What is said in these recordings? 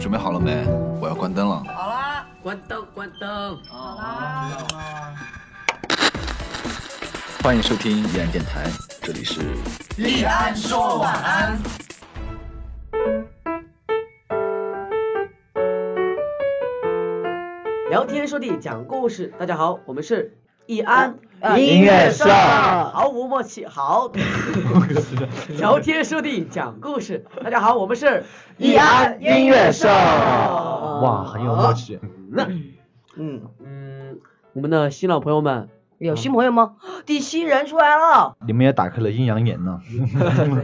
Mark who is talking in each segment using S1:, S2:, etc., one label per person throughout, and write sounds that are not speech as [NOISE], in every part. S1: 准备好了没？我要关灯了。
S2: 好啦，
S3: 关灯，关灯。
S2: 好啦，
S1: 欢迎收听依然电台，这里是
S2: 李安说晚安。
S3: 聊天说地讲故事，大家好，我们是易安
S4: 啊音乐社
S3: 毫无默契，好。
S4: [LAUGHS]
S3: 聊天说地讲故事，大家好，我们是
S4: 易安音乐社
S5: 哇，很有默。契。
S4: 嗯，
S3: 嗯，我们的新老朋友们，
S4: 有新朋友吗？ [GASPS] 第七人出来了，
S5: 你们也打开了阴阳眼呢。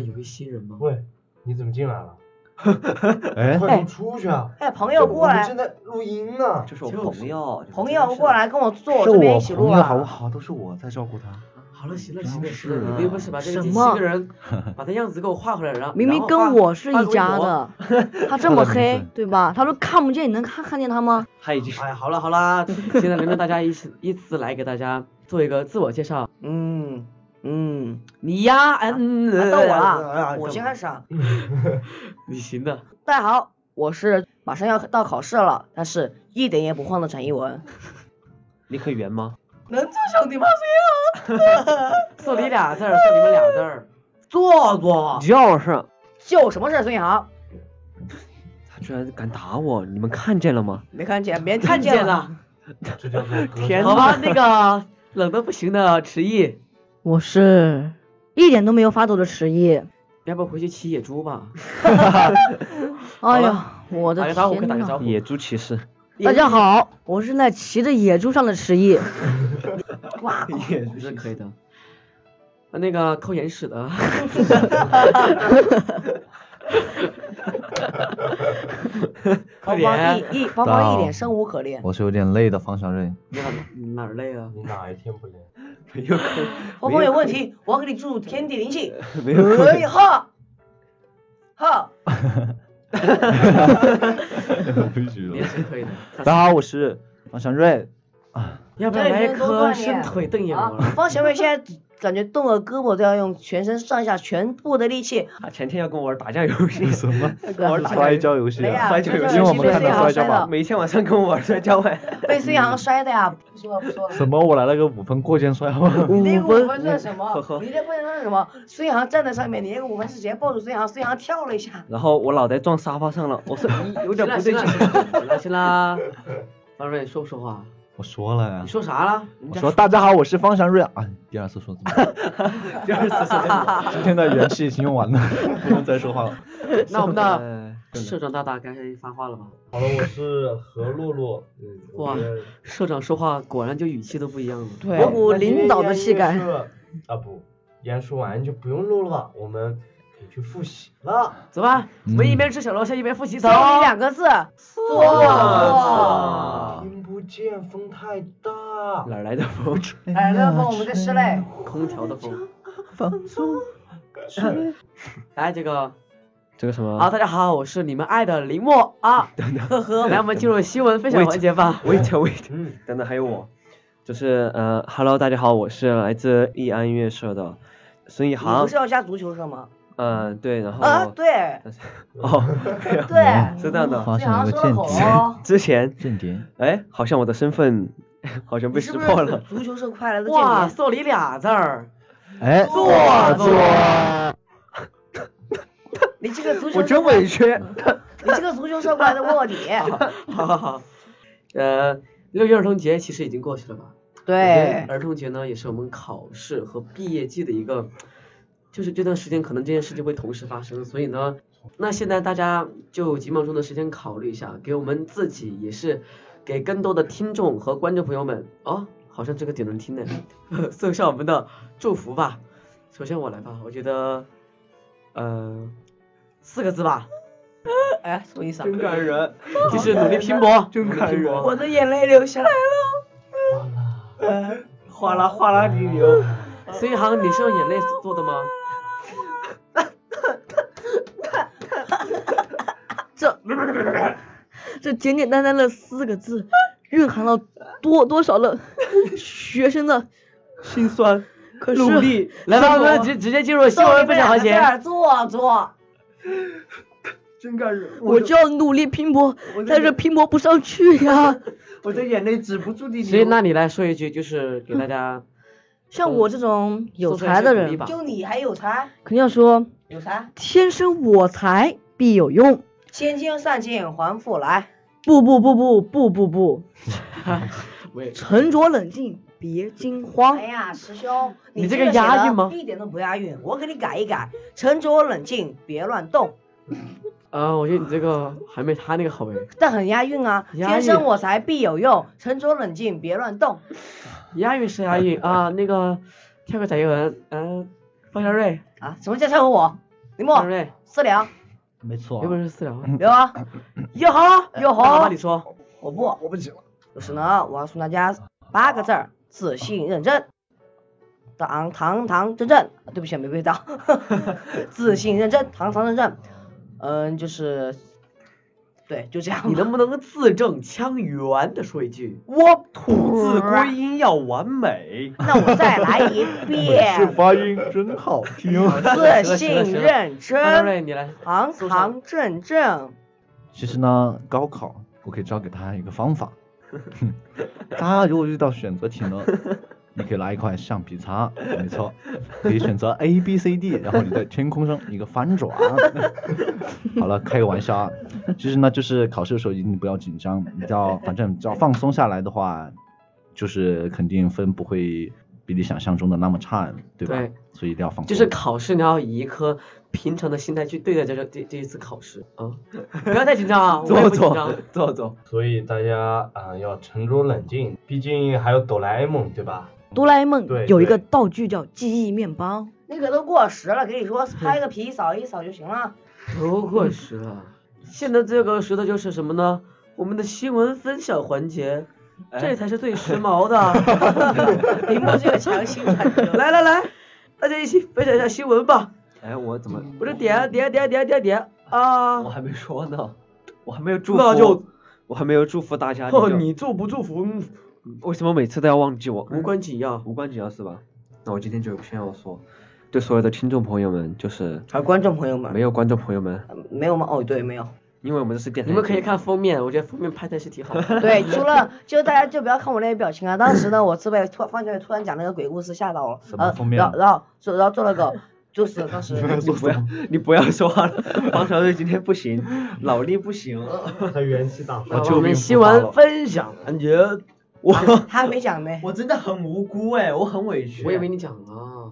S3: 有位新人吗？
S6: 喂，你怎么进来了？
S5: 哎，
S6: 快点出去啊！
S4: 哎，朋友过
S6: 我
S4: 来
S6: 们，正在录音呢。
S5: 这是我朋友，
S4: 朋友过来跟我坐我
S5: 是
S4: 这边
S5: 我
S4: 一起录
S5: 朋友好不
S4: 啊。
S5: 好？都是我在照顾他。
S3: [LAUGHS] 好了，行了，行了，
S5: 是
S3: 行
S7: 啊
S3: 了，你们不是把这个
S4: 什
S3: 第七
S4: 么
S3: 个人，把他样子给我画回来，然后
S7: 明明跟我是一家，的，
S4: [LAUGHS]
S7: 他这么黑，对吧？他说看不见，你能看看见他吗？
S3: 他已经哎，好了好了，现在轮到大家一起依次来给大家做一个自我介绍。
S4: 嗯嗯，
S3: 你呀，嗯，
S4: 啊到我了
S3: 哎，
S4: 我先开始啊。
S3: 你行的。
S4: 大家好，我是马上要到考试了，但是一点也不慌的展一文。
S3: 你可圆吗？
S4: 能做兄弟吗？谁啊？
S3: 送你俩字儿，送你们俩字儿。
S4: 坐坐。
S3: 就是，
S4: [LAUGHS] 就什么事儿？孙宇航，
S3: 他居然敢打我，你们看见了吗？
S4: 没看见，别人
S3: 看
S4: 见
S3: 见
S4: 了。
S3: 了。
S6: 这叫 [LAUGHS] 做隔
S3: 好吧，那个 [LAUGHS] 冷的不行的迟毅，
S7: 我是一点都没有发抖的迟疑。
S3: 要不要回去骑野猪吧？
S7: 哎
S3: 好
S7: 呀，我
S3: 打
S7: 的
S3: 个招呼，快
S7: 天
S3: 打个
S7: 呐！
S3: 招呼。野猪骑士。
S7: 大家好，我是在骑着野猪上的迟
S3: [LAUGHS]
S7: 疑。
S5: 也
S3: 是可以的。啊那个抠眼屎的，快
S4: 包包
S3: 点，
S4: 一一包包一脸生无可恋。
S5: 我是有点累的，方小 [LAUGHS] 瑞。
S3: 你哪你哪儿累啊？
S6: 你哪一天不连？
S5: 没有，
S4: 包包有问题，我要给你注入天地灵气。哎
S5: 没有。
S4: 可以哈哈，
S5: 不许
S3: 也是可以的。
S5: 大家好，我是方小瑞。啊，
S3: 要不要来一颗伸腿瞪眼
S4: 啊
S3: 我了？
S4: 方小妹现在感觉动了胳膊都要用全身上下全部的力气。
S8: 啊
S3: 他前天要跟我玩打架游戏，
S5: 什么？
S4: 我
S3: 玩打
S5: 摔跤游戏
S4: 哎呀
S5: 啊，
S4: 摔跤游戏
S5: 因为我们看到摔跤
S4: 啊
S5: 吧。
S3: 每天晚上跟我玩摔跤哎。
S4: 被孙杨摔的呀！不说了不说了。
S5: 什么？我来了个五分过肩摔吗？
S4: 你那个五分算什
S3: 嗯呵
S4: 么
S3: 呵？
S4: 你那关键算什么？孙杨站在上面，你那个五分是直接抱住孙杨，孙杨跳了一下。
S3: 然后我脑袋撞沙发上了， [LAUGHS] 我说咦有点不对劲。行了行了，方瑞说不说话？
S5: 我说了呀
S3: 你。说啥了？人
S5: 我
S3: 家
S5: 说大家好，我是方祥瑞啊，第二次说这么， [LAUGHS]
S3: 第二次说这
S5: 今天的元气已经用完了， [LAUGHS] 不用再说话了。
S3: 个。那我们 [LAUGHS] 的社长大大该发话了吧？
S6: 好了，我是何洛洛。嗯，
S3: 哇
S6: 我们
S3: 社长说话果然就语气都不一样了。
S7: 对有股领导的气概。
S6: 那今天依然是啊不，依然说完就不用录了吧？我们可以去复习了。
S3: 走吧，我们
S5: 嗯
S3: 一边吃小龙虾一边复习走。
S4: 教你两个字，坐。
S3: 啊
S6: 听不见，风太大。
S3: 哪儿来的
S8: [LAUGHS]
S3: 风？
S4: 哎，那风我们在室内。
S3: 空调的风。 [LAUGHS] 来这个
S5: 这个什么
S3: 啊，大家好，我是你们爱的林默 [LAUGHS] 啊，呵呵。来，我们进入新闻分享环节
S8: [LAUGHS]
S3: 吧。
S8: wait wait，
S6: 嗯，
S8: 等等还有我，就是呃，hello 大家好，我是来自易安音乐社的孙一
S4: 你不
S8: 航
S4: 是，要加足球社吗？
S8: 嗯、对，然后、
S4: 啊，对
S8: 哦，
S4: 对。
S8: 是这样的，
S5: 发
S4: 孙
S5: 现了
S4: 杨
S5: 一
S4: 说
S5: 个间
S4: 了好
S5: 谍，
S4: 哦。
S8: 之前
S5: 间谍。
S8: 哎，好像我的身份 [LAUGHS] 好像
S4: 你
S8: [LAUGHS] 被
S4: 是
S8: 识
S4: 不
S8: 破
S4: 是
S8: 了， [LAUGHS]
S4: 足球社快乐的间
S3: 哇，
S4: 谍？
S3: 送你俩字儿，
S5: 哎，
S3: 坐
S5: 坐哎
S4: 你这个足球
S8: 我
S4: 社
S8: 真委屈，
S4: [LAUGHS] 你这个足球社过来的
S8: [LAUGHS]
S4: 卧底。
S3: 好好好。呃，六一儿童节其实已经过去了吧？
S4: 对，
S3: 儿童节呢，也是我们考试和毕业季的一个，就是这段时间可能这件事情会同时发生，所以呢，那现在大家就几秒钟的时间考虑一下，给我们自己也是给更多的听众和观众朋友们 [LAUGHS] 哦，好像这个点能听呢，送上我们的祝福吧。首先我来吧，我觉得，呃，四个字吧，
S4: 哎，什么意思啊？
S8: 真感人，
S3: 就是努力拼搏，真
S8: 感人
S4: 我的眼泪流下来了。
S8: 哗啦哗啦地流，
S3: 孙一航，你是用眼泪做的吗？
S7: 这这简简单单的四个字，
S4: [LAUGHS]
S7: 蕴含了多多少的学生的
S8: 心酸，
S7: 可是
S8: 努力，
S3: 来吧，
S7: 是
S3: 我
S7: 我
S3: 们直直接进入新
S4: [LAUGHS] 送
S3: 闻
S4: 你们
S3: 分享
S4: 两
S3: 环
S4: 个字
S3: 节。
S4: 儿，坐坐。
S9: 真感人。
S6: 我就要努力拼搏，
S9: 我在
S6: 但是拼搏不上去 [LAUGHS] 呀。
S9: 我的眼泪止不住地
S3: 其实
S9: 流。
S3: 那你来说一句，就是给大家
S6: 像我这种有
S3: 做出来
S6: 才的
S3: 是鼓励
S6: 人
S3: 吧，
S4: 就你还有才，
S6: 肯定要说
S4: 有才，
S6: 天生我材必有用。
S4: 千金散尽还复来。
S6: 不不不不不不 [LAUGHS] 不，
S3: 我也
S6: 沉着冷静，别惊慌
S4: 哎。呀，师兄，
S3: 你
S4: 这
S3: 这个
S4: 写
S3: 押
S4: 的
S3: 韵吗
S4: 一点都不押韵，我给你改一改。沉着冷静，别乱动，
S3: 啊，我觉得你这个还没他那个好哎，
S4: 但很押韵啊。
S3: 押
S4: 天生
S3: 韵
S4: 我材必有用，沉着冷静，别乱动。
S3: 押韵是押韵啊。那个跳个贾一文，嗯，方小瑞，
S4: 啊，什么叫称呼我？林
S3: 方小
S4: 默，
S3: 瑞，
S4: 思良，
S5: 哎没错
S3: 有本事私聊啊，
S4: 刘啊，有豪，有
S3: [LAUGHS] 那
S4: 豪
S3: 你。说，
S4: 我不，我不行了。就是呢，我要送大家八个字儿：自信认真。堂堂堂正正，对不起，没背 [LAUGHS] 到。自信认真，堂堂正正。嗯，就是，对，就这样吧。
S3: 你能不能字正腔圆的说一句？
S4: 我
S3: 吐字
S4: 啊
S3: 归音要完美。
S4: 那我再来一遍。
S5: 发音真好 [LAUGHS] 听。
S4: 自信认
S3: 方小
S4: 真， [LAUGHS]
S3: 瑞，你来，
S4: 堂
S3: 苏
S4: 堂正正。
S5: 其实呢，高考我可以教给大家一个方
S3: [LAUGHS]
S5: 法，大家如果遇到选择题呢，你可以拿一块橡皮擦，没错，可以选择 A B C D，然后你在天空上一个翻
S3: [LAUGHS]
S5: 转。好了，开个玩笑啊。其实呢，就是考试的时候一定不要紧张，你只要反正只要放松下来的话，就是肯定分不会比你想象中的那么差，对吧？
S3: 对
S5: 所以一定要放松。
S3: 就是考试，你要以一颗平常的心态去对待这个这这一次考试啊，不要太紧张啊，我也不
S8: 坐
S3: 紧
S8: 坐
S3: 张。
S8: 坐坐，
S9: 所以大家啊、要沉着冷静，毕竟还有哆啦 A 梦，对吧？
S6: 哆啦 A 梦
S9: 对
S6: 有一个
S9: 对
S6: 道具叫记忆面包，
S4: 那个都过时了，跟你说，拍个皮扫一扫就行了。
S3: 不过时了，现在最过时的就是什么呢？我们的新闻分享环节，这才是最时 [LAUGHS] 髦的。
S4: 林默这个强行转折。
S3: 来来来，大家一起分享一下新闻吧。
S8: 哎，我怎么
S3: 我这点啊点啊点啊点啊点啊点啊
S8: 我
S3: 啊！
S8: 还没说呢，我还没有祝福，
S3: 那就
S8: 我还没有祝福大家。
S3: 哦，
S8: 就
S3: 你祝不祝福嗯
S8: 为什么每次都要忘记我？
S3: 无关紧要，
S8: 无关紧要是吧？那我今天就有偏要说，对所有的听众朋友们，就是
S4: 还有观众朋友们，
S8: 没有观众朋友们，
S4: 呃没有吗？哦，对，没有。
S8: 因为我们这是电台，
S3: 你们可以看封面，我觉得封面拍的是挺好 [LAUGHS] 的。
S4: 对，除了就大家就不要看我那个表情啊。当时呢，我是被突方小姐突然讲那个鬼故事吓到了，
S5: 什么
S4: 呃
S5: 封，面
S4: 然后然后做然后做了个，就是当时
S8: [LAUGHS] 你不
S3: [LAUGHS]
S8: 要，你不要说话了，黄小瑞今天不行，脑力不行。
S9: 他元气大
S3: 那
S9: 发。
S3: 我们新闻分享环节，
S8: 我
S3: [LAUGHS]
S4: 他没讲呢。
S8: 我真的很无辜哎，我很委屈。
S3: 我也没你讲啊。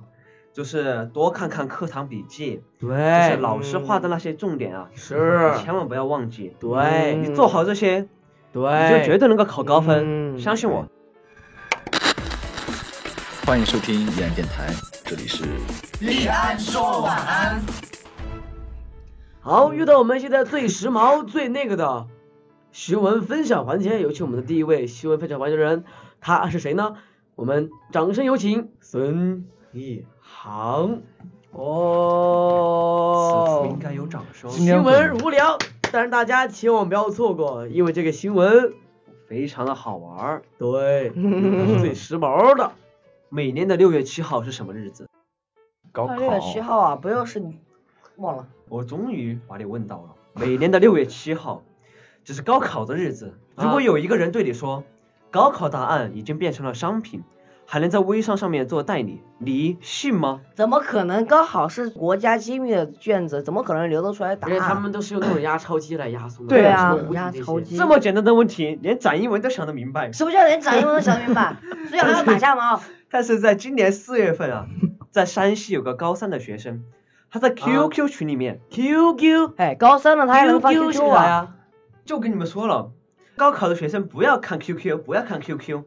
S8: 就是多看看课堂笔记，就
S3: 对
S8: 是老师画的那些重点啊，
S3: 哎嗯是
S8: 你千万不要忘记。
S3: 对
S8: 你做好这些，你
S3: 对，
S8: 就绝对能够考高分，
S3: 嗯
S8: 相信我。
S1: 欢迎收听一言电台，这里是
S3: 好，遇到我们现在最时髦、最那个的新闻分享环节，有请我们的第一位新闻分享环节人，他是谁呢？我们掌声有请孙一航。
S8: 此
S3: 哦
S8: 处应，该有掌声，
S5: 今天
S3: 新闻无聊，但是大家千万不要错过，因为这个新闻
S4: [LAUGHS]
S8: 非常的好玩儿。嗯
S3: 对最时髦的。
S8: 每年的六月七号是什么日子？
S5: 高考
S4: 六月七号啊，不又是你忘了？
S8: 我终于把你问到了。每年的六月七号，就是高考的日子。
S3: 啊
S8: 如果有一个人对你说，高考答案已经变成了商品，还能在微商上面做代理，你信吗？
S4: 怎么可能？高考是国家机密的卷子，怎么可能流得出来答
S3: 因为他
S4: 案？
S3: 们都是用那种压钞机来压缩的，
S8: 对
S4: 啊
S3: 什么
S6: 压
S3: 这些
S6: 钞机
S8: 这么简单的问题，连展一文都想得明白。
S4: 什么叫连掌英文都想明白？所以还要打架啊吗？
S8: 但是在今年四月份啊，在山西有个高三的学生，他在 QQ 群里面、
S3: QQ
S4: 哎，高三了他还能发
S3: QQ 是
S4: QQ
S3: 啥
S4: 啊？
S3: 呀？
S8: 就跟你们说了，高考的学生不要看 QQ，不要看 QQ。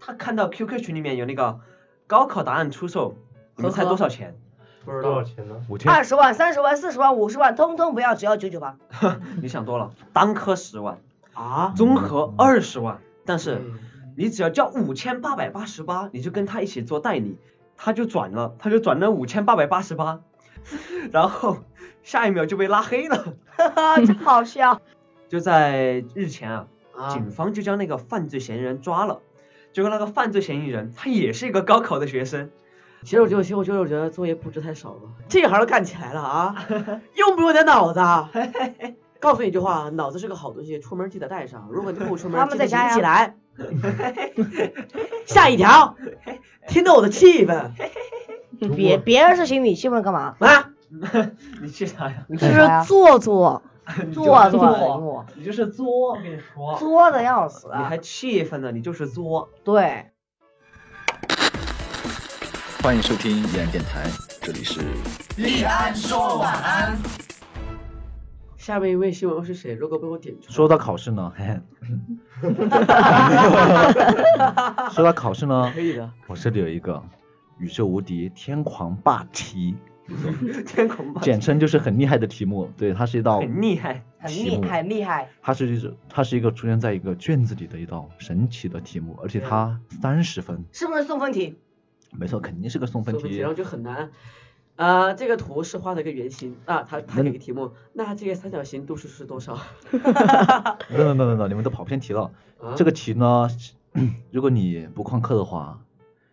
S8: 他看到 QQ 群里面有那个高考答案出售，你们猜多少钱？ [LAUGHS]
S3: 不知
S9: 多
S3: 道
S9: 少。钱呢？
S5: 五天
S4: 二十万、三十万、四十万、五十万，通通不要，只要九九八。 [LAUGHS]
S8: 你想多了，单科十万，
S3: 啊？
S8: 综合二十万，但是
S3: 嗯
S8: 你只要交五千八百八十八，你就跟他一起做代理，他就转了，他就转了五千八百八十八， [LAUGHS] 然后下一秒就被拉黑了。
S4: 真好笑。
S8: 就在日前啊，
S3: 啊，
S8: 警方就将那个犯罪嫌疑人抓了，结果那个犯罪嫌疑人他也是一个高考的学生， [LAUGHS]
S3: 其实我觉得，其实我觉得，我觉得作业布置太少了，这行都干起来了
S4: [LAUGHS]
S3: 啊，用不用你的脑子？啊？告诉你一句话，啊脑子是个好东西，出门记得带上。如果你不出门，
S4: 他
S3: 记
S4: 们
S3: 得
S4: 在
S3: 举
S4: 家呀
S3: 起来。
S4: [LAUGHS]
S3: 下一条，听得我的气氛
S9: 如
S4: 别
S9: 果
S4: 别人是心理气氛干嘛？
S3: 啊！
S8: 你去啥呀？
S4: 你
S6: 就
S4: 干啥呀
S6: 是做作，
S4: 做作的
S8: 作
S4: 一幕，
S8: 你就是作，我跟你说，
S4: 作的要死。
S8: 哦
S10: 啊
S8: 你还气愤呢，你就是作。
S4: 对，
S1: 欢迎收听依然电台，这里是
S3: 下面一位新闻又是谁？如果被我点出来，
S5: 说到考试呢， [LAUGHS] 嘿嘿说到考试呢
S3: 可，以的，
S5: 我这里有一个宇宙无敌天狂霸题，
S3: [LAUGHS]
S8: 天恐怕
S5: 简称就是很厉害的题目。对，它是一道，
S8: 很厉害，
S4: 很
S5: 题
S4: 厉
S5: 目
S4: 很厉害，
S5: 它是一种，它是一个出现在一个卷子里的一道神奇的题目，而且它三十分，
S4: 是不是送分题？
S5: 没错，肯定是个送分
S3: 送分题，
S5: 题
S3: 然。后就很难。啊，这个图是画的一个圆形啊，它它给个题目，那这个三角形度数是多少？
S5: 等等等等等，你们都跑偏题了。
S3: 啊
S5: 这个题呢， [CLEARS THROAT] 是如果你不旷课的话，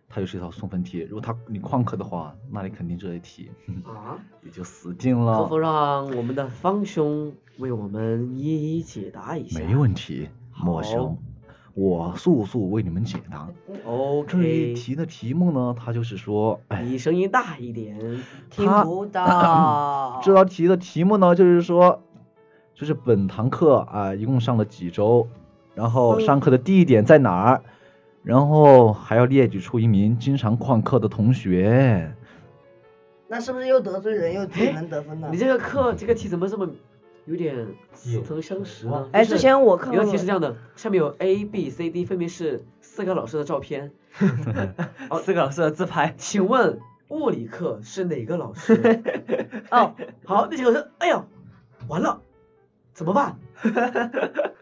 S5: 它就是一道送分题；如果它你旷课的话，那你肯定这一题
S3: 啊，
S5: 你就死定
S3: 可否
S5: 了。
S3: 让我们的方兄为我们一一解答一下？
S5: 没问题，莫
S3: 好
S5: 熊，我速速为你们解答。这一
S3: ，OK，
S5: 题的题目呢，它就是说，哎，
S3: 你声音大一点。
S4: 听
S5: 他
S4: 不
S3: [COUGHS]
S4: 到。
S5: 这道题的题目呢，就是说，就是本堂课啊、一共上了几周，然
S3: 嗯
S5: 后上课的地点在哪儿，然后还要列举出一名经常旷课的同学。
S4: 那是不是又得罪人又最能得分呢
S3: 哎你？这个课这个题怎么这么有点似曾相识呢？
S6: 哎，
S3: 就
S6: 之
S3: 是
S6: 前我看
S3: 有
S6: 过
S3: 个，题是这样的，下面有 A、B、C、D，分别是四个老师的照 [LAUGHS] 片。
S8: 哦，四个老师的自拍，
S3: 请问物理课是哪个老师？
S6: [LAUGHS]
S3: 哦，好，那几个老师，哎呀，完了，怎么
S6: [LAUGHS]
S3: 办？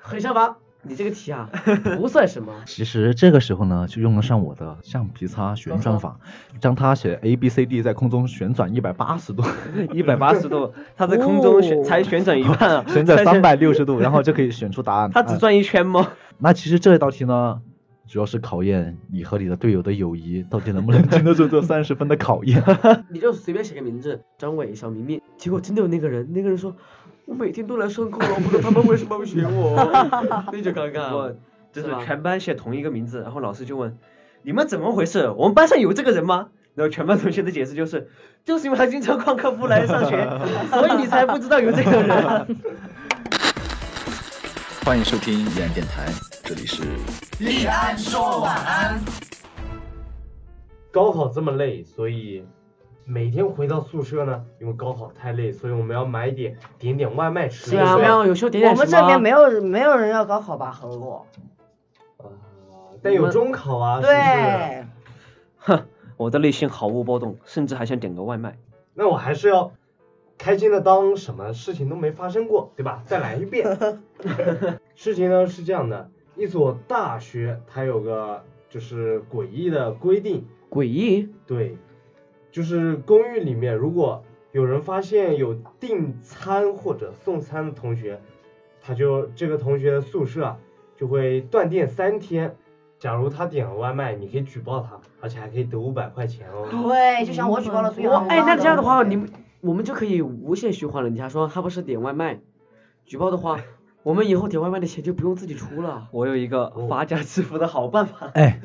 S3: 很像吧？你这个题啊，不算什么。
S5: 其实这个时候呢，就用得上我的橡皮擦旋转法，
S3: 嗯
S5: 将它写 A B C D 在空中旋转一百八十度， [LAUGHS]
S8: 一百八十度，他在空中旋才旋转一半啊，
S5: 旋转
S8: 才
S5: 三，百六十度， [LAUGHS] 然后就可以选出答案。
S8: 他只
S5: 嗯
S8: 转一圈吗？
S5: 那其实这一道题呢，主要是考验你和你的队友的友谊，到底能不能经得住这三十分的考验。
S3: 你就随便写个名字，张伟、小明明，结果真的有那个人，那个人说，我每天都来上课了，我不懂他们为什么要选我，那就尴尬
S8: 我
S3: 了。
S8: 就是
S3: 是吧
S8: 全班写同一个名字，然后老师就问你们怎么回事？我们班上有这个人吗？然后全班同学的解释就是，就是因为他经常旷课不来上学，
S3: [LAUGHS]
S8: 所以你才不知道有这个人。
S1: [LAUGHS] 欢迎收听依然电台，这里是
S9: 高考这么累，所以每天回到宿舍呢，因为高考太累，所以我们要买点点点外卖吃。
S3: 对啊，没有，有时候点点
S4: 我
S3: 什么。
S4: 们这边没有没有人要高考吧？和我。
S9: 啊，但有中考啊，是不是？
S4: 对，
S8: 哼，我的内心毫无波动，甚至还想点个外卖。
S9: 那我还是要开心的当什么事情都没发生过，对吧？再来一
S4: [LAUGHS]
S9: 遍。事情呢是这样的，一所大学它有个就是诡异的规定，
S3: 诡异，
S9: 对，就是公寓里面如果有人发现有订餐或者送餐的同学，他就这个同学的宿舍啊就会断电三天。假如他点了外卖，你可以举报他，而且还可以得五百块钱哦。
S4: 对，就像我举报了苏
S3: 我
S4: 阳。
S3: 哎，那这样的话，你们我们就可以无限循环了。你还说他不是点外卖，举报的话，我们以后点外卖的钱就不用自己出了。
S8: 我有一个发家致富的好办法，
S5: 哎，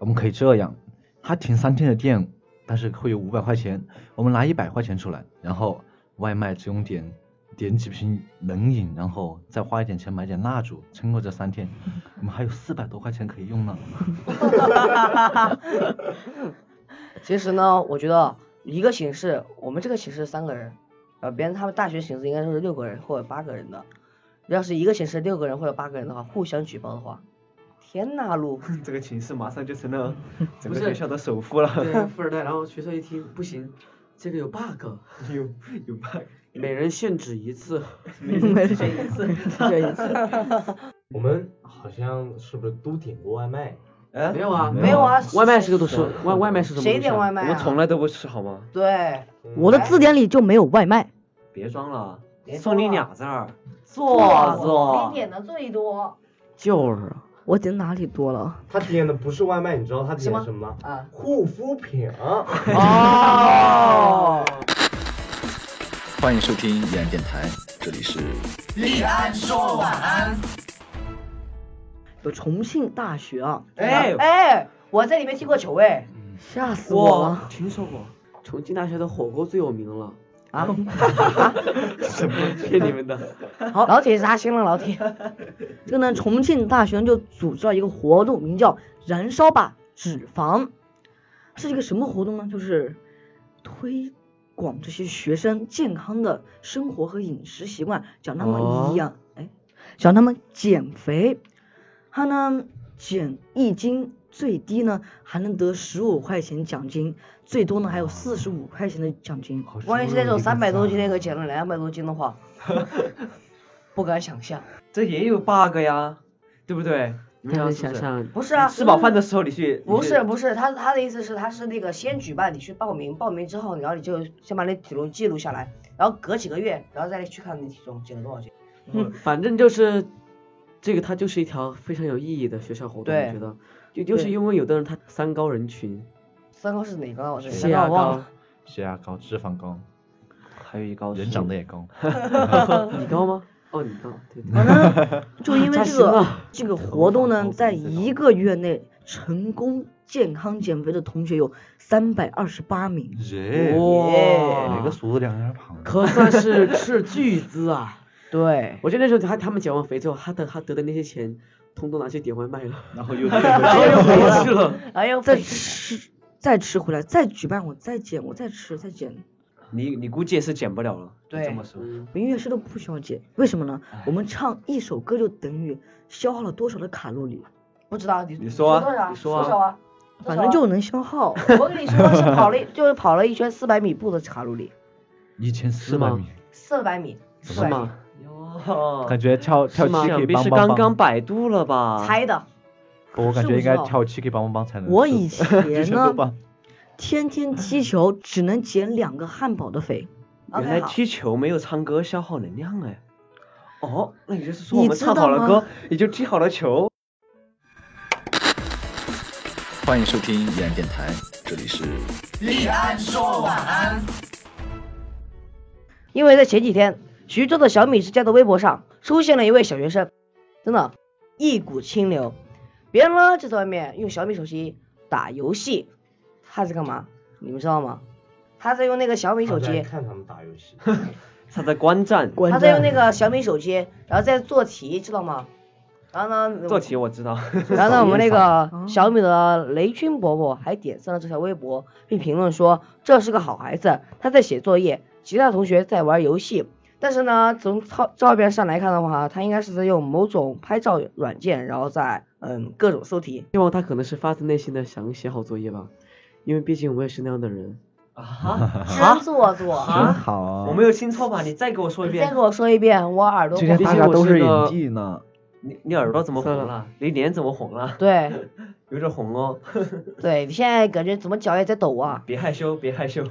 S5: 我们可以这样，他停三天的电，但是会有五百块钱，我们拿一百块钱出来，然后外卖只用点点几瓶冷饮，然后再花一点钱买点蜡烛，撑过这三天，我们还有四百多块钱可以用呢。
S10: 其实呢，我觉得一个寝室，我们这个寝室三个人，呃，别人他们大学寝室应该都是六个人或者八个人的。要是一个寝室六个人或者八个人的话，互相举报的话，天呐，路
S8: 这个寝室马上就
S3: [LAUGHS]
S8: 成了整
S3: 不
S8: 个
S3: 是
S8: 学校的首富了。
S3: 对，富二代，然后学校一听不行，这个有 [LAUGHS] bug，
S8: 有有 bug，
S3: 每人限制一 [LAUGHS] 次，
S8: 没选一次，
S3: 这一次。 [LAUGHS]
S9: 我们好像是不是都点过外卖？
S8: 哎
S3: 没有啊，
S5: 没有啊
S3: 外卖是个都是外外卖是什么东西啊？
S4: 谁点外卖
S8: 我
S4: 啊？
S8: 们从来都不吃好吗？
S4: 对，
S6: 我
S9: 嗯
S6: 的字典里就没有外卖。
S8: 别装了
S4: 别，装
S8: 送你
S4: 了
S8: 俩字儿，
S4: 做
S8: 作
S4: 你点的最多。
S3: 就是啊，
S6: 我点哪里多了？
S9: 他点的不是外卖，你知道他点的什么吗？
S3: 啊，
S9: 护肤品。啊
S4: [LAUGHS]
S3: 哦，
S1: 欢迎收听延安电台，这里是
S6: 有重庆大学啊，
S8: 哎，
S4: 哎，我在里面踢过球哎，
S6: 吓死我
S8: 我
S6: 了！
S8: 听说过，
S3: 重庆大学的火锅最有名了， [LAUGHS]
S4: 啊，
S8: 什么骗你们的？
S4: 好，老铁杀新了老铁，
S6: 这个呢，重庆大学就组织了一个活动，名叫“燃烧吧脂肪”，是一个什么活动呢？就是推广这些学生健康的生活和饮食习惯，讲他
S3: 哦
S6: 们一样，哎、讲他们减肥。他呢，减一斤最低呢还能得十五块钱奖金，最多呢还有四十五块钱的奖金。
S4: 万一是那种三百多斤那个减了两百多斤的话，不敢想象。
S8: 这也有 bug 呀，对不对？你们
S3: 大家
S8: 想
S3: 想
S8: 是不是
S3: 想，
S4: 不是啊，
S8: 吃饱饭的时候你去，
S4: 不
S8: 你去
S4: 是不是，他他的意思是他是那个先举办，你去报名，报名之后，然后你就先把你体重记录下来，然后隔几个月，然后再去看你体重减了多少斤。
S3: 嗯反正就是这个，它就是一条非常有意义的学校活动，
S4: 对
S3: 我觉得，就就是
S4: 对
S3: 因为有的人他三高人群，
S4: 三高是哪个啊？我这
S3: 血
S4: 三高
S3: 压
S4: 我忘
S3: 高
S4: 了。，
S5: 血压高、脂肪高，
S8: 还有一高
S5: 人长得也 [LAUGHS] 高。
S3: 你高吗？哦，你高，对对。
S6: 就因为
S3: 扎
S6: 这
S3: 心
S6: 个
S3: 了
S6: 这个活动
S5: 头
S6: 呢，
S5: 发
S6: 在
S5: 头发
S6: 一个月内成功健康减肥的同学有三百二十八名，
S5: 耶，
S3: 哇
S5: 哪个数字两个人旁？
S3: 可算是斥巨资啊！
S4: 对，
S3: 我记得那时候他他们减完肥之后，他的他得的那些钱，通通拿去点外卖了，
S5: 然后
S4: [LAUGHS]
S5: 又
S3: 又回去了。
S4: 哎呦，
S6: 再
S4: 北
S6: 吃再吃回来，再举办我再减我再吃再减，
S8: 你你估计也是减不了了。
S4: 对
S8: 这么说，
S3: 嗯，
S6: 民乐师都不需要减，为什么呢？我们唱一首歌就等于消耗了多少的卡路里，
S4: 不知道你
S8: 你说啊
S4: 多少？
S3: 你说啊
S4: 多少啊？多
S6: 反
S4: 少啊
S6: 正就能消耗。 [LAUGHS]
S4: [LAUGHS] 我跟你说是跑了一， [LAUGHS] 就是跑了一圈四百米步的卡路里，
S5: 一千四百
S3: 吗
S5: 米，
S4: 四百米，四
S3: 是
S4: 百米，
S3: 吗？
S8: 哟
S5: 感觉跳跳
S3: 是
S5: 七
S3: 吗？
S5: 可以
S3: 别
S5: 帮
S3: 是
S5: 帮
S3: 刚
S5: 帮。
S3: 刚百度了吧？
S4: 猜的。
S5: 我感
S6: 是
S5: 觉
S6: 不
S5: 应该
S6: 是哦
S5: 跳七 K 帮帮帮才能。
S6: 我以
S5: 之
S6: 前
S5: 前都
S6: 呢，
S5: 帮。
S6: 天天踢球只能减两个汉堡的肥，
S8: 原
S4: OK，
S8: 来
S4: 好，
S8: 踢球没有唱歌消耗能量哎。哦，那也就是说我
S6: 你
S8: 们
S6: 知
S8: 唱好
S6: 道
S8: 了
S6: 吗
S8: 歌，也就踢好了球。
S1: [LAUGHS] 欢迎收听延安电台，这里是
S4: 因为在前几天，徐州的小米之家的微博上出现了一位小学生，真的，一股清流。别人呢就在外面用小米手机打游戏，他在干嘛？你们知道吗？他在用那个小米手
S9: 他在
S4: 机，
S9: 看他们打游戏，
S8: 他在观战，
S4: 他在用那个小米手机，然后在做题，知道吗？然后呢，
S8: 做题我知道。
S4: [LAUGHS] 然后呢，我们那个
S6: 哦
S4: 小米的雷军伯伯还点赞了这条微博，并评论说这是个好孩子，他在写作业，其他同学在玩游戏。但是呢，从照照片上来看的话，他应该是在用某种拍照软件，然后在嗯各种搜题。
S3: 希望他可能是发自内心的想写好作业吧，因为毕竟我也是那样的人。
S8: [LAUGHS] 啊，
S4: [LAUGHS] 真做作，
S5: 真好啊！
S8: 我没有听错吧？你再给我说一
S4: 你再
S8: 遍
S4: 给。我说一遍，我耳朵
S5: 今
S4: 不
S5: 天
S3: 毕
S5: 大
S3: 竟
S5: 家
S3: 我
S5: 都
S3: 是
S5: 是
S3: 个
S5: 影帝呢。
S8: 你你耳朵怎么红
S3: 算了
S8: 了？你脸怎么红了？
S4: 对
S8: 有点红哦。 [LAUGHS]
S4: 对，你现在感觉怎么脚也在抖
S5: [LAUGHS]
S4: 啊？
S8: 别害羞，别害羞。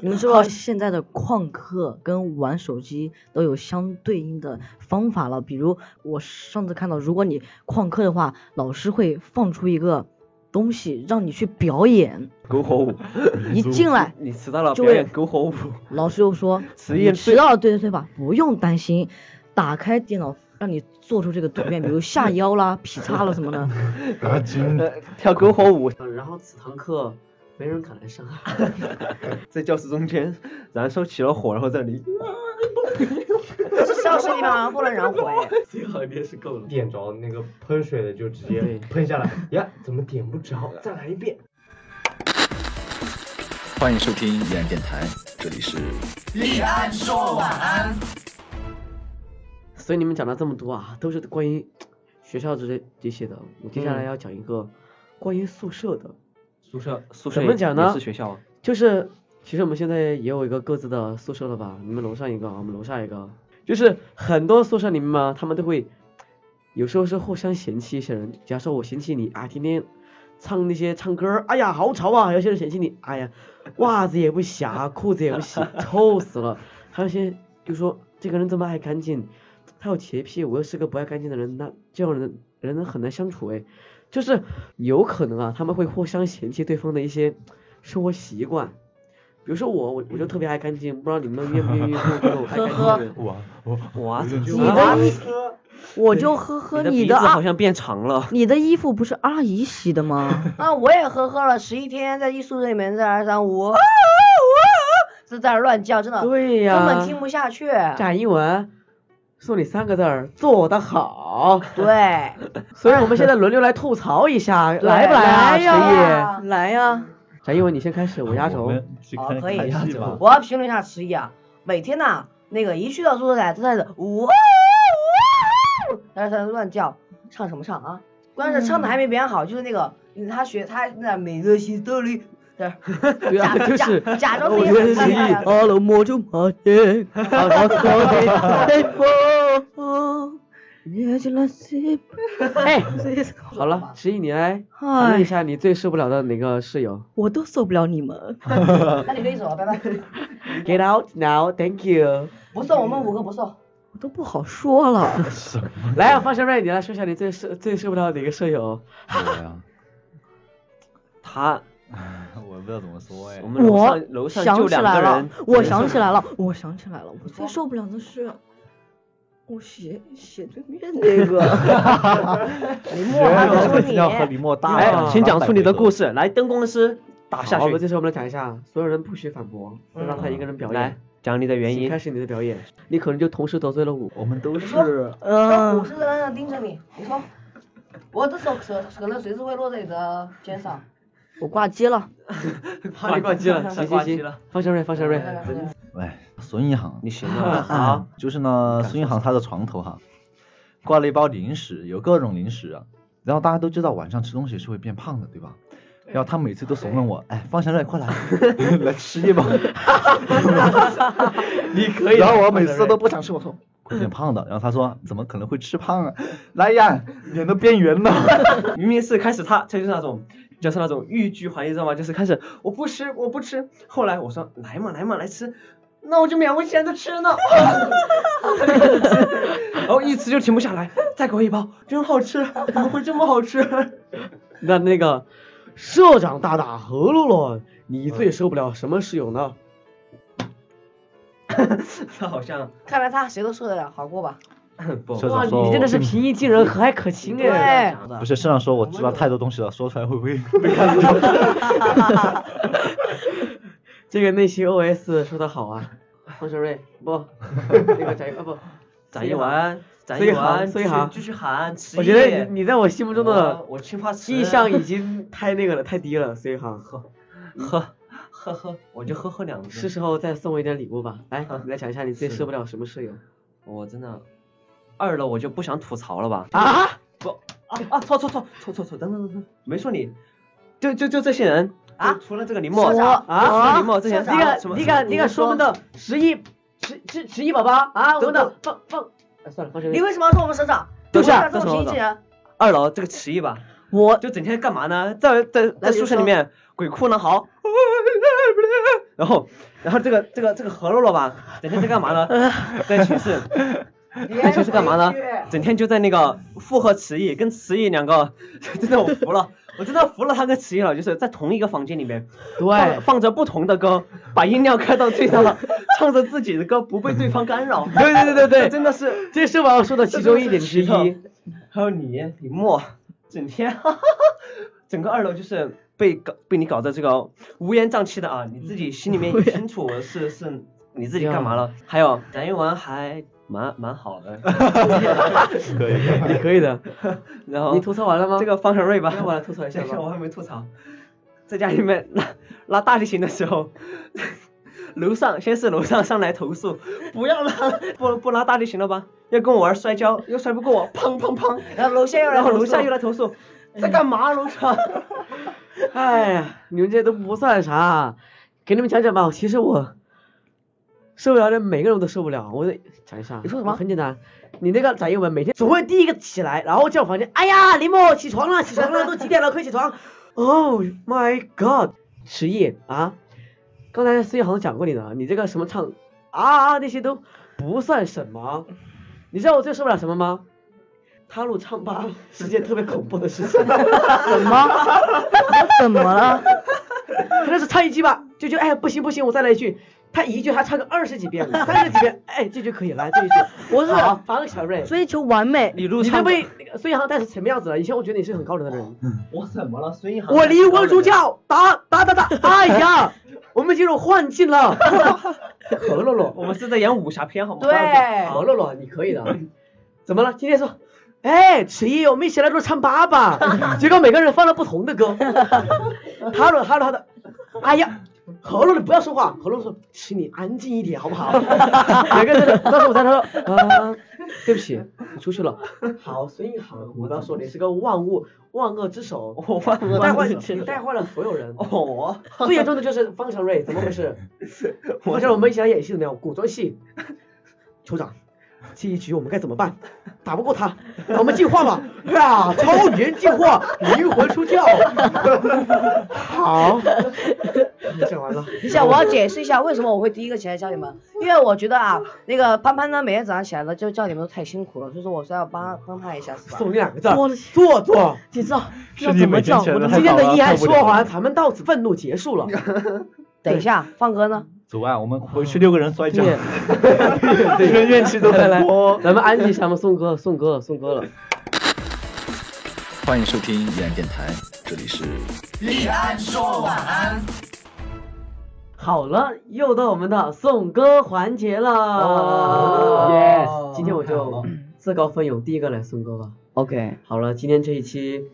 S6: 你们知道现在的旷课跟玩手机都有相对应的方法了，比如我上次看到，如果你旷课的话，老师会放出一个东西让你去表演，
S8: [LAUGHS] 篝火舞， [LAUGHS]
S6: 一进来
S8: 你迟到了，
S6: 就
S8: 表
S6: 会
S8: 演篝火舞。 [LAUGHS]
S6: 老师又说
S8: 实
S6: 你
S8: 验
S6: 迟到了，对对对吧？不用担心，打开电脑让你做出这个图片，比如下腰啦、劈叉啦什
S8: [LAUGHS]
S6: 么的。
S5: 啊，真？
S8: 呃跳篝火舞 [LAUGHS]
S3: 呃然后此堂课没人敢来上，啊
S8: 在教室中间燃烧起了火，然后
S3: [LAUGHS]
S8: 在里
S4: 可是教室里面好像不能燃火哎。
S3: 最好一点是够了。
S9: 点着那个喷水的就直接
S3: 对
S9: 喷下来，呀，怎么点不着？再来一遍。
S1: 欢迎收听延安电台，这里是
S3: [LAUGHS] 所以你们讲了这么多啊，都是关于学校之类这些的。我接下来
S8: 嗯
S3: 要讲一个关于宿舍的，
S8: 宿舍宿舍
S3: 怎么
S8: 也
S3: 讲呢
S8: 也是学校啊，
S3: 就是其实我们现在也有一个各自的宿舍了吧？你们楼上一个，我们楼下一个，就是很多宿舍里面嘛，他们都会有时候是互相嫌弃一些人。假如说我嫌弃你啊，天天唱那些唱歌，哎呀好吵啊；有些人嫌弃你，哎呀袜子也不洗，啊裤子也不洗，臭死了。还有些就说这个人这么爱干净，他有洁癖，我又是个不爱干净的人，那这样人人很难相处哎，就是有可能啊，他们会互相嫌弃对方的一些生活习惯。比如说我，我我就特别爱干净，不知道你们愿不愿意做这种爱干净的啊人
S5: 我我
S8: 哇，你
S5: 就
S6: 你的衣，我就呵呵，
S8: 的
S6: 你
S8: 鼻
S6: 的
S8: 子好
S6: 啊，
S8: 像变长了。
S6: 你的衣服不是阿姨洗
S8: [LAUGHS]
S6: 的吗？
S4: [LAUGHS] 啊，我也呵呵了，十一天在艺术里面在那
S3: [LAUGHS]
S4: 儿上我，这在那儿乱叫，真的
S3: 对呀、
S4: 根本听不下去。
S3: 贾一文，送你三个字儿，做得好。
S4: 对，
S3: 所以我们现在轮流来吐槽一下，来不来啊，
S4: 来
S3: 迟
S4: 呀，
S6: 来呀，
S3: 毅？贾一文，你先开始，我压
S5: 我
S3: 轴。
S5: 们去
S4: 哦
S5: 看
S4: 可以
S5: 看戏
S4: [LAUGHS]
S5: 吧。
S4: 我要评论一下迟疑啊，每天呐、那个一去到宿舍台，他开始呜呜，然后在那乱叫，唱什么唱啊？关键是唱的还没别
S3: 嗯
S4: 人好，就是那个他学他那美乐西德里，对，
S3: 对啊，
S4: 假
S3: 就是
S4: 假假装自
S3: 我
S4: 己
S3: 觉得
S4: 很
S3: 迟
S4: 厉
S3: 毅
S4: 害，
S6: 阿拉莫就马耶，阿拉高的
S8: 哎
S6: 也就那
S8: [LAUGHS]
S6: 些。哎，
S3: 好了，迟毅你来谈论一
S6: 嗨，
S3: 下你最受不了的哪个室友
S6: 我都受不了你们。
S4: 那你分手吧，拜拜，
S3: ？Get out now, thank you。
S4: 不送我们五个不送。
S6: 我都不好说了。
S3: 来啊，方小瑞，你来说一下你最受最受不了哪个舍友？
S5: 我呀，
S8: 他，
S5: [LAUGHS] 我不知道怎么说哎
S8: 我。们楼上楼
S6: 我
S8: 上就
S6: 想起
S8: 两
S6: 来
S8: 个
S6: 了
S8: 人，，
S6: 我想起
S3: [LAUGHS]
S6: 来了，我想起来了，我最受不了的是我斜斜对面
S3: [LAUGHS]
S6: 那个。
S4: 李默啊，我说
S5: 一定要和
S4: 你，
S5: 李默搭档。
S3: 啊
S8: 哎，请讲出你的故
S5: 事。
S8: 事，来，灯光师打下
S3: 好我们
S8: 去，
S3: 这时候我们来讲一下，所有人不许反驳，让他一个人表演。
S8: 来讲你的原
S3: 请
S8: 因
S3: 开。始你的表演。你可能就同时得罪了我。
S5: 我们都是
S4: 我
S6: 嗯
S4: 是在那盯着你，你说，我的手可可能随时会落在你的肩上。
S6: 我挂机了。
S3: 好，你挂机
S8: [LAUGHS]
S3: 了，行行
S8: 挂机
S3: 行
S8: 了，
S3: 方小瑞，方小瑞，
S5: 哎，孙一航，[LAUGHS]
S8: 你行了，好，
S5: 就是呢，孙一航他的床头哈，挂了一包零食，有各种零食啊。然后大家都知道晚上吃东西是会变胖的，对吧？然后他每次都怂恿我，哎，方小瑞快来，来吃 [LAUGHS] 一包。
S3: 你可以的。
S5: 然后我每次都
S3: 方
S5: 不想吃，我说会变胖的。然后他说怎么可能会吃胖啊？来呀，脸都变圆了。
S8: 明明是开始他他就是那种，就是那种欲拒还迎，知道吗？就是开始我不吃，我不吃。后来我说来嘛来嘛来吃，那我就勉为其难的吃呢。 [LAUGHS] 然后一吃就停不下来，再给我一包，真好吃，怎么会这么好吃？ [LAUGHS]
S3: 小瑞，那那个社长大大何露露，你最受不了什么室友呢？
S8: 他好像 [COUGHS]
S4: 看来他谁都受得了，好过吧？
S8: 不
S5: 社
S3: 哇，
S5: 长
S3: 你
S5: 说
S3: 真的是平易近人，和蔼可亲哎。
S4: 对，
S5: 不是社长说我知道太多东西了，说出来会不会被看出
S3: [LAUGHS] 这个内心 OS 说的好啊，方小瑞不，那个翟啊不，
S8: 展一文，展
S3: 所以
S8: 一
S3: 行
S8: 文，
S3: 所以
S8: 继续
S3: 行
S8: 继续喊，迟
S3: 我
S8: 一
S3: 觉得
S8: 点
S3: 你你在我心目中的
S8: 我我去怕迟
S3: 印象已经太那个了，太低了，所以哈，
S8: 呵呵呵，我就呵呵两句。
S3: 是时候再送我一点礼物吧。来，你来讲一下你最受不了什么室友
S8: 我真的二了，我就不想吐槽了吧？
S3: 啊？
S8: 啊啊，错错错错错错，等等等等，没说你，就就就这些人
S4: 啊
S8: 就除了这个林默
S4: 社长
S8: 啊，除了
S3: 啊
S8: 林默这些人，
S4: 社
S3: 你
S4: 长
S3: 敢
S8: 什么
S3: 你
S8: 什么
S3: 敢你敢说我们的十一十十十一宝宝啊？
S4: 我
S3: 等等放放，哎算了，放这
S4: 你
S3: 边。
S4: 为什么要说我们社长？
S8: 等一下
S4: 这种平易近人，
S8: 二楼这个迟疑吧，
S6: 我
S8: 就整天干嘛呢？在在在宿舍里面鬼哭狼 [LAUGHS] 嚎，然后然后这个这个这个何洛洛吧，整天在干嘛 [LAUGHS] 呢？在寝室，
S4: 啊
S8: 在寝室啊干
S3: [LAUGHS]
S8: 嘛呢？整天就在那个附和迟毅，跟迟毅两个， [LAUGHS] 真的我服了，我真的服了他跟迟毅了，就是在同一个房间里面，放
S3: 对，
S8: 放着不同的歌，把音量开到最大， [LAUGHS] 唱着自己的歌不被对方干扰。
S3: 对对对对对
S8: [LAUGHS] 真的是
S3: [LAUGHS] 这是我要说的其中一点之
S8: 这真的是
S3: 一
S8: 奇。还有你李默，整天 [LAUGHS] 哈哈，整个二楼就是被搞被你搞得这个乌烟瘴气的啊，你自己心里面也清楚是是你自己干嘛了。
S3: 啊
S8: 还有翟一文还蛮蛮好的，
S5: 可以。
S3: 你可以的，
S8: [LAUGHS] 然后
S3: 你吐槽完了吗？
S8: 这个方小瑞吧，
S3: 那我来吐槽一下
S8: 等一下
S3: 吧。
S8: 我还没吐槽，在家里面拉拉大提琴的时候，楼上先是楼上上来投诉，不要拉不不拉大提琴了吧，要跟我玩摔跤，又摔不过我，砰砰砰，
S4: 然后楼下又来
S8: 然后
S4: 投
S8: 楼
S4: 诉
S8: 下又来投诉，在干嘛楼 [LAUGHS] 上？
S3: 哎呀，你们这都不算啥，啊给你们讲讲吧。其实我受不了的每个人我都受不了，我得讲一下。
S4: 你说什么
S3: 很简单，你那个翟英文每天总会第一个起来，然后叫我房间，哎呀，林默起床了，起床了，都几点了，快起床。Oh [LAUGHS] my god，迟毅啊，刚才思雨好像讲过你呢，你这个什么唱啊啊那些都不算什么，你知道我最受不了什么吗？踏入唱吧是件特别恐怖的事情。
S6: 怎么？ [LAUGHS] 我怎么了？
S3: 他那是唱一句吧，就就哎不行不行，我再来一句。他一句还唱个二十几遍，三十几遍，哎，这句可以来，这句
S6: 我是
S3: 好，发个小瑞，
S6: 追求完美，
S8: 李璐
S3: 你
S8: 唱
S3: 对
S8: 歌
S3: 不对？那个孙杨但是什么样子了？以前我觉得你是很高冷的人，
S8: 我怎么了？孙一
S3: 我离婚助教，打打打打，哎呀，我们进入幻境了。何洛洛，
S8: 我们是在演武侠片好吗？
S4: 对，
S3: 何洛洛，你可以的。怎么了？今天说，哎，迟一，我们一起来录唱吧吧。结果每个人放了不同的歌。哈喽哈喽哈喽，哎呀，何洛洛不要说话。何洛洛说，迟你安静一点好不好？每个人在那当时我在那说，啊，对不起，我出去了。好，孙一航，我刚说你是个万恶万恶之首，
S8: 我忘
S3: 你带坏
S8: 了。
S3: 你带坏了所有人。
S8: 哦，
S3: [LAUGHS] 最严重的就是方承瑞，怎么回事？
S5: [LAUGHS]
S3: 我说我们一起来演戏怎么样？古装戏，酋长，这一局我们该怎么办？打不过他，那我们进化吧！哎呀，超年进化，灵魂出窍。好，你讲完了。
S4: 等一下，我要解释一下为什么我会第一个起来教你们，因为我觉得啊，那个潘潘呢，每天早上起来呢啊就叫你们都太辛苦了，所以说我是要帮帮他一下，是吧？
S3: 送你两个字儿，做作。
S6: 你知道
S5: [LAUGHS] 是
S6: 要
S5: 你
S6: 怎
S5: 每
S6: 么
S5: 天
S6: 叫？
S5: 起来
S6: 我
S5: 的
S6: 都
S5: 太
S3: 今
S5: 早
S3: 天
S5: 了，
S3: 的一案
S5: 受不
S3: 说
S5: 了
S3: 完，咱们到此愤怒结
S5: [LAUGHS]
S3: 束了。
S4: 等一下，放歌呢？
S5: 走啊，我们回去六个人摔跤，
S3: 对
S5: [LAUGHS] 这个怨气都
S3: 来 [LAUGHS] 来
S5: 很多。
S3: 咱们安静一下，我们送歌，送歌，送歌了。
S1: 欢迎收听一言电台，这里是
S3: 好了，又到我们的送歌环节了。
S4: 哦
S3: 耶！今天我就自告奋勇，第一个来送歌吧。
S10: OK，
S3: 好了，今天这一期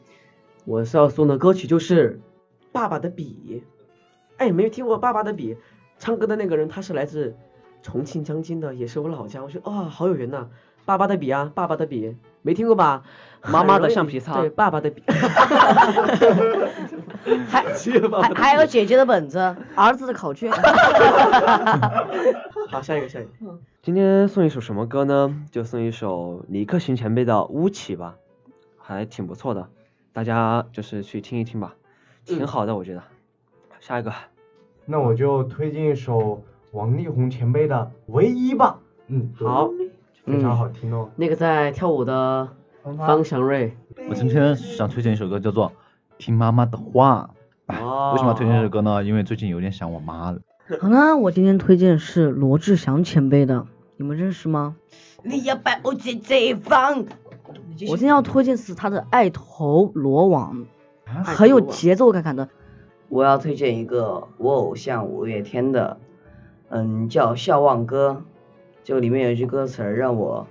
S3: 我是要送的歌曲就是《爸爸的笔》。哎，没有听过《爸爸的笔》，唱歌的那个人他是来自重庆江津的，也是我老家。我觉得哇、好有缘呐、爸爸的笔啊，爸爸的笔，没听过吧？
S8: 妈妈
S3: 很
S8: 的
S3: 容易
S8: 橡皮擦
S3: 对，爸爸的笔。 [LAUGHS]
S4: 还还还有姐姐的本子，
S6: 儿子的考卷。
S3: 好，下一个，下一个。
S8: 今天送一首什么歌呢？就送一首李克勤前辈的《乌起》吧，还挺不错的，大家就是去听一听吧，
S11: 嗯
S8: 挺好的，我觉得。下一个，
S9: 那我就推荐一首王力宏前辈的《唯一》吧。嗯，
S3: 好，
S9: 非常好听哦。
S3: 那个在跳舞的方祥瑞。
S5: 我今天想推荐一首歌，叫做《听妈妈的话》。哎为什么要推荐这首歌呢？因为最近有点想我妈了。
S6: 好啦，我今天推荐是罗志祥前辈的，你们认识吗？
S4: 你要把我姐姐放。
S6: 我今天要推荐是他的《爱投罗网》，
S3: 爱
S6: 很有
S3: 投罗网
S6: 节奏感感的。
S10: 我要推荐一个我偶像五月天的，嗯，叫《笑忘歌》，就里面有一句歌词儿让我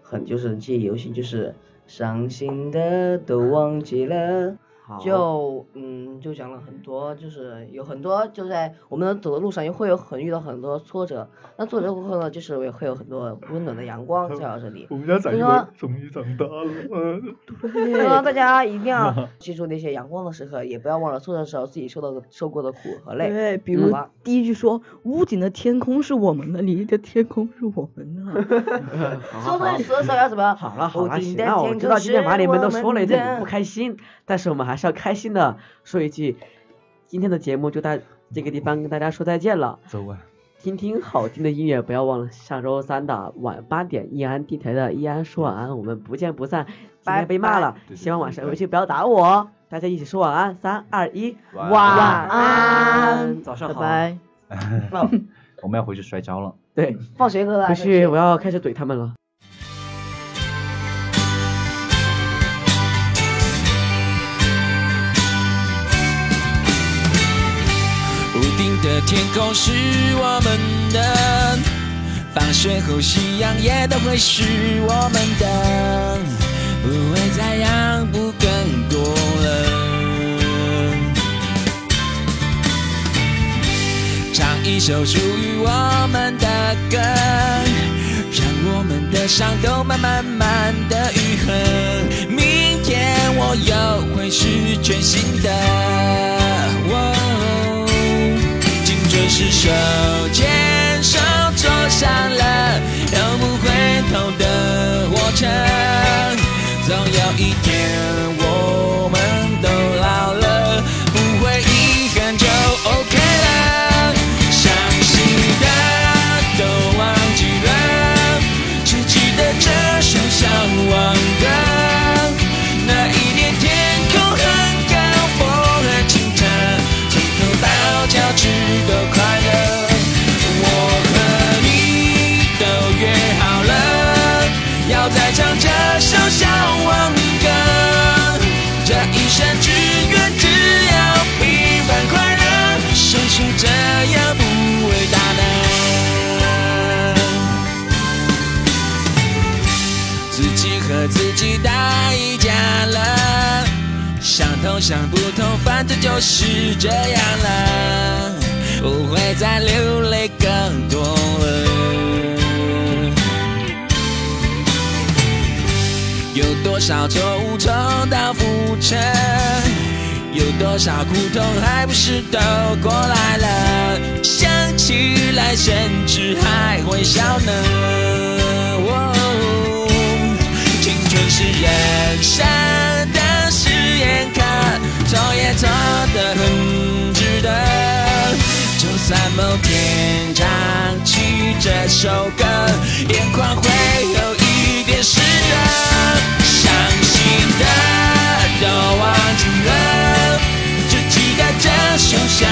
S10: 很就是记忆犹新，就是伤心的都忘记了。
S3: 好
S10: 就嗯，就讲了很多，就是有很多就在我们走的路上也会有很遇到很多挫折，那挫折过后呢，就是也会有很多温暖的阳光照耀着你。
S5: 我们家
S10: 所以说，
S5: 终于长大了。 [LAUGHS]
S10: [LAUGHS] 所以说大家一定 [LAUGHS] 要记住那些阳光的时刻，也不要忘了挫折的时候自己受到的受过的苦和累。
S6: 对，
S10: 嗯
S6: 比如
S10: 好吧
S6: 第一句说“屋顶的天空是我们的，你的天空是我们的
S10: 说到死的时候要怎么？
S3: 好了好
S10: 屋
S3: 了，
S10: 顶
S3: 行
S10: 的
S3: 了，我
S10: 天
S3: 知
S10: 空
S3: 道今天
S10: 是
S3: 把你们
S10: 我
S3: 都说了一顿，你
S10: 的
S3: 们不开心，但是我们还是要开心的说一句，今天的节目就到这个地方跟大家说再见了。
S5: 走啊，
S3: 听听好听的音乐，不要忘了下周三的晚八点，易安电台的易安说晚安，我们不见不散。今
S10: 拜
S3: 天被骂
S10: 拜
S3: 了，
S5: 对对
S3: 希望晚上
S5: 对
S3: 回去不要打我哦。大家一起说晚安，三二一，
S5: 晚
S3: 晚
S6: 安
S3: 早”。上
S6: 拜
S3: 好。
S6: 拜。
S5: 我们要回去摔跤了。
S3: 对，
S10: 放学歌
S3: 回
S10: 来。
S3: 去我要开始怼他们了。
S11: 屋顶的天空是我们的，放学后夕阳也都会是我们的，不会再让步更多了。唱一首属于我们的歌，让我们的伤都慢慢慢的愈合。明天我又会是全新的。哦青春是手牵手走上了永不回头的火车，总有一天我们都老了，不会遗憾就 OK 了。伤心的都忘记了，只记得这首小忘歌。这样不伟大呢？自己和自己打一架了，想通想不通，反正就是这样了，不会再流泪更多了。有多少错误重蹈覆辙？有多少苦痛还不是都过来了？想起来甚至还会笑呢。哦青春是人生的实验课，错也错得很值得。就算某天唱起这首歌，眼眶会有一点湿热，伤心的都忘记了，只记得这胸下